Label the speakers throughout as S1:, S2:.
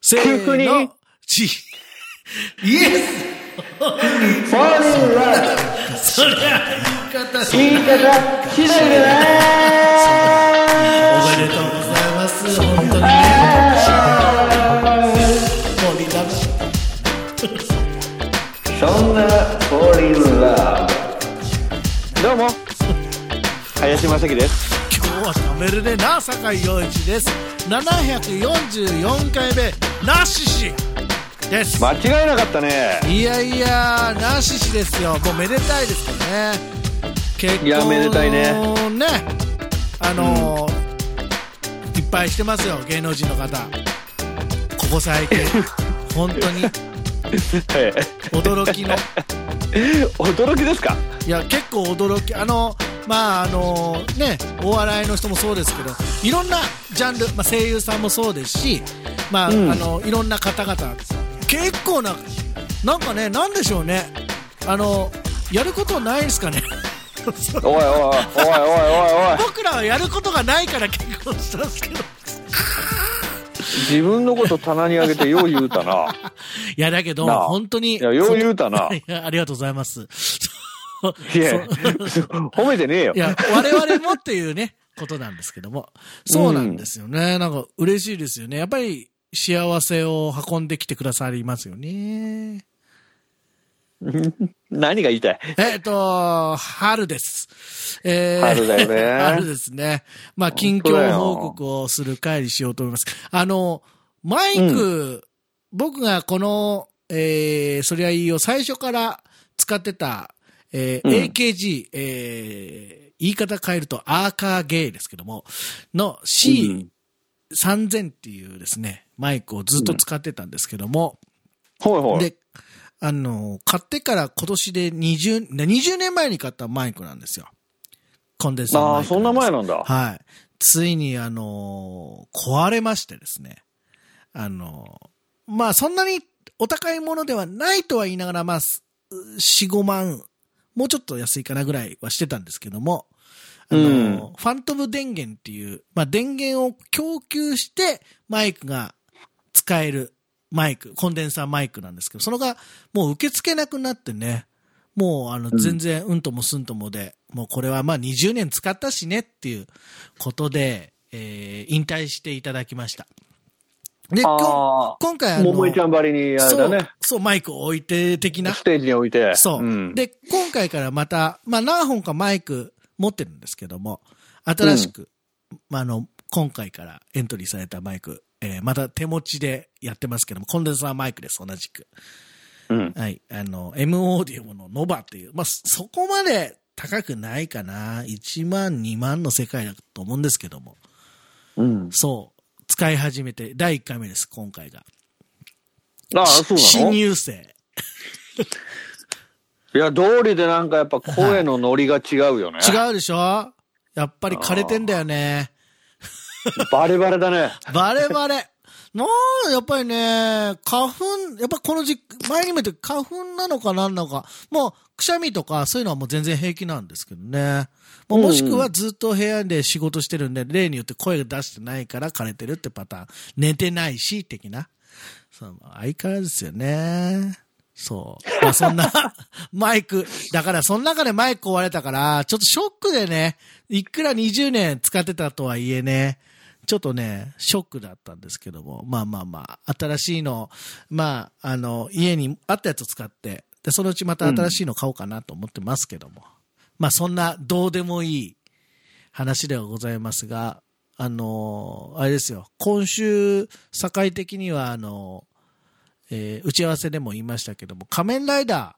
S1: せーの、ち、イエス
S2: フォーリンラブ
S1: そりゃ、言い方し、
S2: 言い方しないでね
S1: おめでとうございます。本当にね。もうリタ
S2: そんなフォーリンラブどうも林正樹です
S1: 今日は食べるねな、坂井陽一です。744回目、ナシシです。
S2: 間違えなかったね
S1: いやいや、ナシシですよ。もうめでたいですけどね。結婚
S2: いやめでたいね
S1: ねあのーいっぱいしてますよ、芸能人の方。ここ最 近。本当に
S2: はい
S1: 驚きの。
S2: 驚きですか
S1: いや、結構驚き。あの、まあ、あの、ね、お笑いの人もそうですけど、いろんなジャンル、まあ、声優さんもそうですし、まあ、
S2: うん
S1: あの、いろんな方々、結構な、なんかね、なんでしょうね。あの、やることないですかね。 そう
S2: おいおいおいおいおいおい
S1: 僕らはやることがないから結婚したんですけど。
S2: 自分のこと棚に上げてよう言うたない
S1: や、だけど、
S2: なあ
S1: 本当に。
S2: いやよう言うたない
S1: やありがとう ございます。
S2: いや褒めてねえよ
S1: いや、我々もっていうね、 ことなんですけども。そうなんですよね。なんか嬉しいですよね。やっぱり幸せを運んできてくださりますよね。
S2: 何が言いたい
S1: えっと、春です。えー
S2: 春だよね
S1: 春ですね。まあ、近
S2: 本当だ
S1: 況
S2: よ
S1: 報告をする会にしようと思います。あの、マイク、僕がこの、えー、そりゃいいよ、最初から使ってた、えー
S2: うん
S1: AKG、えー、言い方変えるとアーカーゲイですけども、の
S2: う
S1: C3000
S2: ん
S1: っていうですね、マイクをずっと使ってたんですけども、
S2: ほいほい
S1: で、あの、買ってから今年で20、ね20年前に買ったマイクなんですよ。コンデンサーマイク
S2: あ
S1: な
S2: あ
S1: んです。
S2: そんな前なんだ
S1: はい。ついに、あの壊れましてですね。あのまあ、そんなにお高いものではないとは言いながら、まあ、す4、5万、もうちょっと安いかなぐらいはしてたんですけども、あの
S2: うん
S1: ファントム電源っていう、まあ、電源を供給して、マイクが使えるマイク、コンデンサーマイクなんですけど、そのがもう受け付けなくなってね、もうあの
S2: うん
S1: 全然うんともすんともで、もうこれはまあ20年使ったしねっていうことで、えー引退していただきました。で、今
S2: あ
S1: 今回あ
S2: あ
S1: の、
S2: 桃井ちゃんばりにあれ
S1: そ
S2: だ
S1: う
S2: ね、
S1: そう、マイクを置いて的な。
S2: ステージに置いて
S1: そう、
S2: ん
S1: で、今回からまた、まあ何本かマイク持ってるんですけども、新しく、まああの、今回からエントリーされたマイク、えーまた手持ちでやってますけども、コンデンサーマイクです、同じく。
S2: うん
S1: はい。あの、M オーディオのノバっていう、まあ、そそこまで高くないかな。1万、2万の世界だと思うんですけども。
S2: うん
S1: そう。使い始めて、第1回目です、今回が。
S2: ああそうなの
S1: 新入生。
S2: いや、道理でなんかやっぱ声のノリが違うよね。
S1: 違うでしょやっぱり枯れてんだよね。
S2: バレバレ だね。
S1: バレバレ。なあ、やっぱりね、花粉、やっぱこの時期、前に見て花粉なのかなんなのか、もうくしゃみとかそういうのはもう全然平気なんですけどね。もう
S2: うんうん
S1: もしくはずっと部屋で仕事してるんで、例によって声が出してないから枯れてるってパターン。寝てないし、的な。そう相変わらずですよね。そう。まあ、そんな、 マイク。だから、その中でマイク壊れたから、ちょっとショックでね、いくら20年使ってたとはいえね、ちょっとね、ショックだったんですけども、まあまあまあ、新しいの、まあ、あの、家にあったやつ使って、で、そのうちまた新しいの買おうかなと思ってますけども。まあ、そんな、どうでもいい話ではございますが、あのーあれですよ、今週、社会的には、あのえー打ち合わせでも言いましたけども、仮面ライダ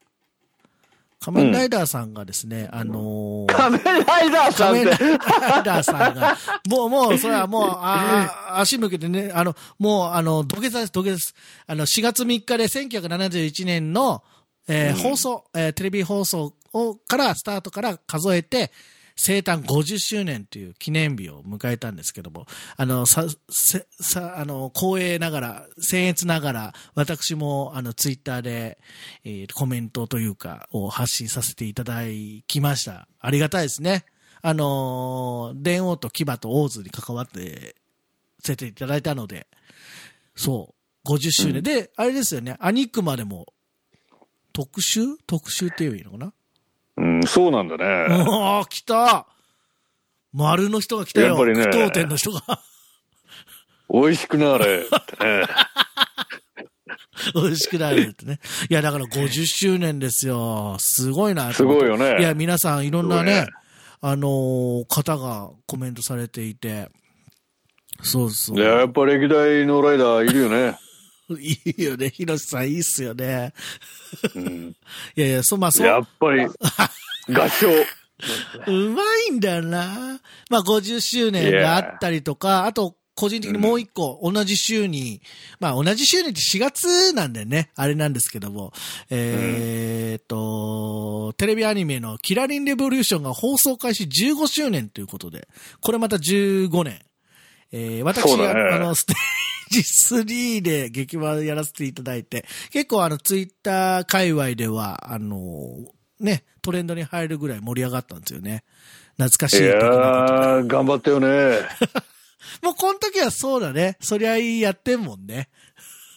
S1: ー、仮面ライダーさんがですね、あのー
S2: 仮面ライダーさん
S1: 仮
S2: っ
S1: 面
S2: て。
S1: ライ ダーさんが、もう、もう、それはもう、あー足向けてね、あの、もう、あの、土下座です、土下座です。あの、4月3日で1971年の、えー放送、えーテレビ放送を、から、スタートから数えて、生誕50周年という記念日を迎えたんですけども、あの、さ、せ、さ、あの、光栄ながら、僭越ながら、私も、あの、ツイッターで、えーコメントというか、を発信させていただきました。ありがたいですね。あのー、電王と牙と大津に関わって、せていただいたので、そう。 50周年。で、あれですよね、アニクマでも、特集特集って言えばいいのかな
S2: うん、そうなんだね。
S1: おー、来た丸の人が来た
S2: や
S1: よ。
S2: っぱりね
S1: 苦闘店の人が。
S2: 美味しくなれってね。
S1: 美味しくなるってね。いや、だから50周年ですよ。すごいなと
S2: す
S1: 思っ
S2: ご
S1: て。
S2: いよね。
S1: いや、皆さんいろんな
S2: す
S1: ね
S2: ごいね、
S1: あのー方がコメントされていて。そうそう。
S2: いややっぱ歴代のライダーいるよね。
S1: いいよね。ひろしさんいいっすよね。
S2: うん、
S1: いやいや、そ、まあ、そう、
S2: やっぱり、合 唱。
S1: うまいんだよな。まあ、50周年があったりとか、あと、個人的にもう一個、同じ週に、まあ、同じ週にって4月なんでね、あれなんですけども、えーっと、テレビアニメのキラリンレボリューションが放送開始15周年ということで、これまた15年。えー私
S2: そう
S1: が、
S2: だね
S1: あの、ステージ3で劇場やらせていただいて、結構あの、ツイッター界隈では、あの、ね、トレンドに入るぐらい盛り上がったんですよね。懐かしい
S2: い
S1: 的
S2: や
S1: なこと
S2: ー、頑張ったよね。
S1: もうこの時はそうだね。そりゃいいやってんもんね。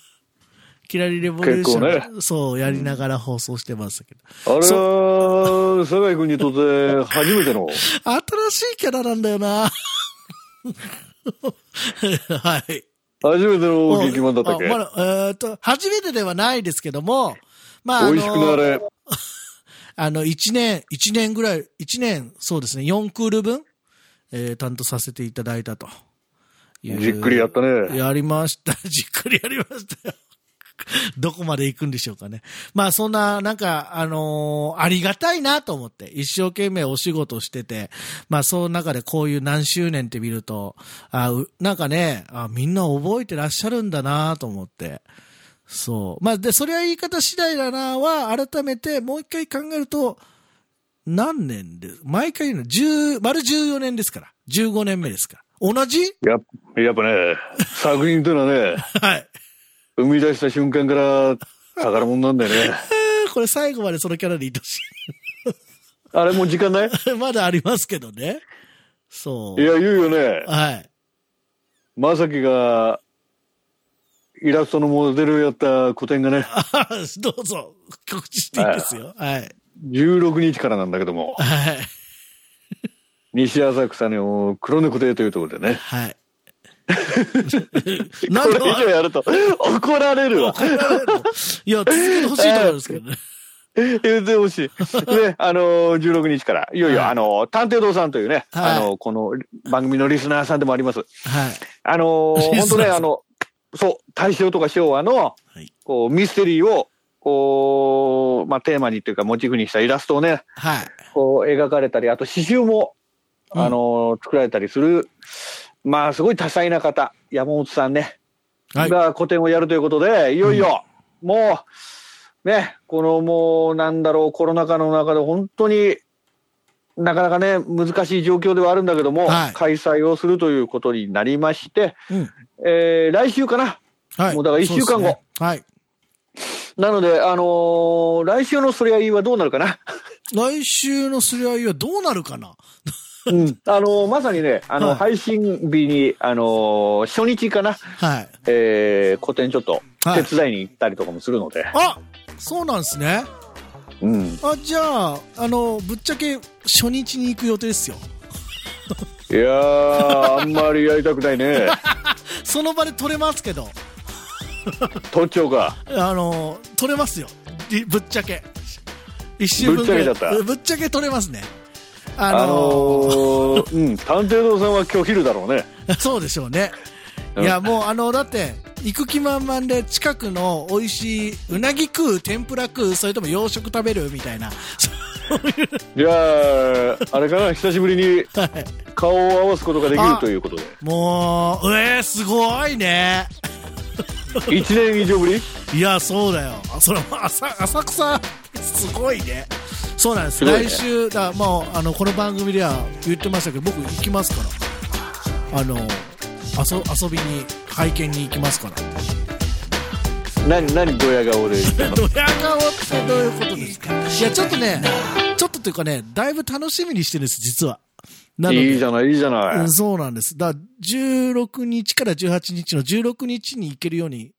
S1: キラリレボリューシ
S2: 結
S1: ョン、そう、やりながら放送してましたけど。
S2: あれは、酒井君にとって初めての。
S1: 新しいキャラなんだよな。 はい。
S2: 初めての劇版だったっけ、
S1: あまだえーっと、初めてではないですけども、まあ、あ
S2: 美味しくな
S1: の、
S2: れ。
S1: あの、一年、一年ぐらい、一年、そうですね、4クール分、えー担当させていただいたという。
S2: じっくりやった ね。
S1: やりました。じっくりやりましたよ。 どこまで行くんでしょうかね。まあそんな、なんか、あのーありがたいなと思って、一生懸命お仕事してて、まあその中でこういう何周年って見ると、あうなんかねあ、みんな覚えてらっしゃるんだなと思って。そう。まあで、それは言い方次第だなは、改めてもう一回考えると、何年で、毎回言うの、10、丸14年ですから。15年目ですから。同じ
S2: ややっぱね、作品というのはね、
S1: はい。
S2: 生み出した瞬間から宝物なんだよね。
S1: これ最後までそのキャラでいてほし
S2: あれもう時間ないい
S1: い。まだありますけどね。そう。
S2: や、言うよね。
S1: はい。
S2: まさきが、イラストのモデルをやった個展がね、
S1: あ どうぞ、告知していいですよ。はい。
S2: 16日からなんだけども、
S1: はい。
S2: 西浅草の黒猫亭というところでね、
S1: はい。
S2: こ
S1: 何
S2: れ
S1: 度
S2: 以上やると怒られるわ。
S1: いや、続けてほしいと思うんですけどね。
S2: 言ってほしい。で、あのー、16日から、いよいよ、
S1: はい
S2: あのー、探偵堂さんというね、
S1: はい
S2: あのー、この番組のリスナーさんでもあります。
S1: はい。
S2: あのー、
S1: リ
S2: 本
S1: ス
S2: 当
S1: ナー
S2: ね、
S1: さん
S2: あの、そう、大正とか昭和の、
S1: はい。
S2: こう、ミステリーを、こう、まあ、テーマにというか、モチーフにしたイラストをね、
S1: はい。
S2: こう、描かれたり、あと刺繍も、
S1: うん
S2: あのー、作られたりする、まあ、すごい多彩な方、山本さんね、
S1: はい。
S2: が個展をやるということで、いよいよ、もう、ね、このもう、なんだろう、コロナ禍の中で本当になかなかね、難しい状況ではあるんだけども、
S1: はい
S2: 開催をするということになりまして、
S1: うん。
S2: えー来週かな。
S1: はい。
S2: もうだから一週間後
S1: そうですねはい。
S2: なので、あのー来週のそりゃいいはどうなるかな。
S1: 来週のすり合いはどうなるかな
S2: うん、 あのーまさにね、あの、
S1: はい
S2: 配信日に、あのー初日かな、
S1: はい。
S2: えー、個展ちょっと
S1: はい
S2: 手伝いに行ったりとかもするので。
S1: あそうなんですね。
S2: うん。
S1: あ、じゃあ、あの、ぶっちゃけ初日に行く予定ですよ。
S2: いやー、あんまりやりたくな いね。
S1: その場で撮れますけど。
S2: 都庁が。
S1: あの、取れますよ。りぶっちゃけ。一週分
S2: ぶっちゃけちゃった
S1: ぶっちゃけ取れますね。あの
S2: あのー、うん、探偵堂さんは今日昼だろうね。
S1: そうでしょうね。
S2: う
S1: い
S2: ん
S1: や、もうあの、だって、行く気満々で近くの美味しいうなぎ食う、天ぷら食う、それとも洋食食べるみたいな。
S2: じゃあ、あれかな、久しぶりに
S1: はい
S2: 顔を合わすことができるということで。
S1: もう、えー、すごいね。
S2: 1年以上ぶり
S1: いや、そうだよ。あそれも浅浅草、すごいね。そうなんです。
S2: すごいね
S1: 来週、だもう、あの、この番組では言ってましたけど、僕行きますから。あの、遊遊びに、拝見に行きますから。
S2: 何、何、ドヤ 顔で言ってんの。
S1: ドヤ顔ってどういうことですかいや、ちょっとね、ちょっとというかね、だいぶ楽しみにしてるんです、実は。なので
S2: いいじゃない、いいじゃない。
S1: うんそうなんです。だから16日から18日の16日に行けるように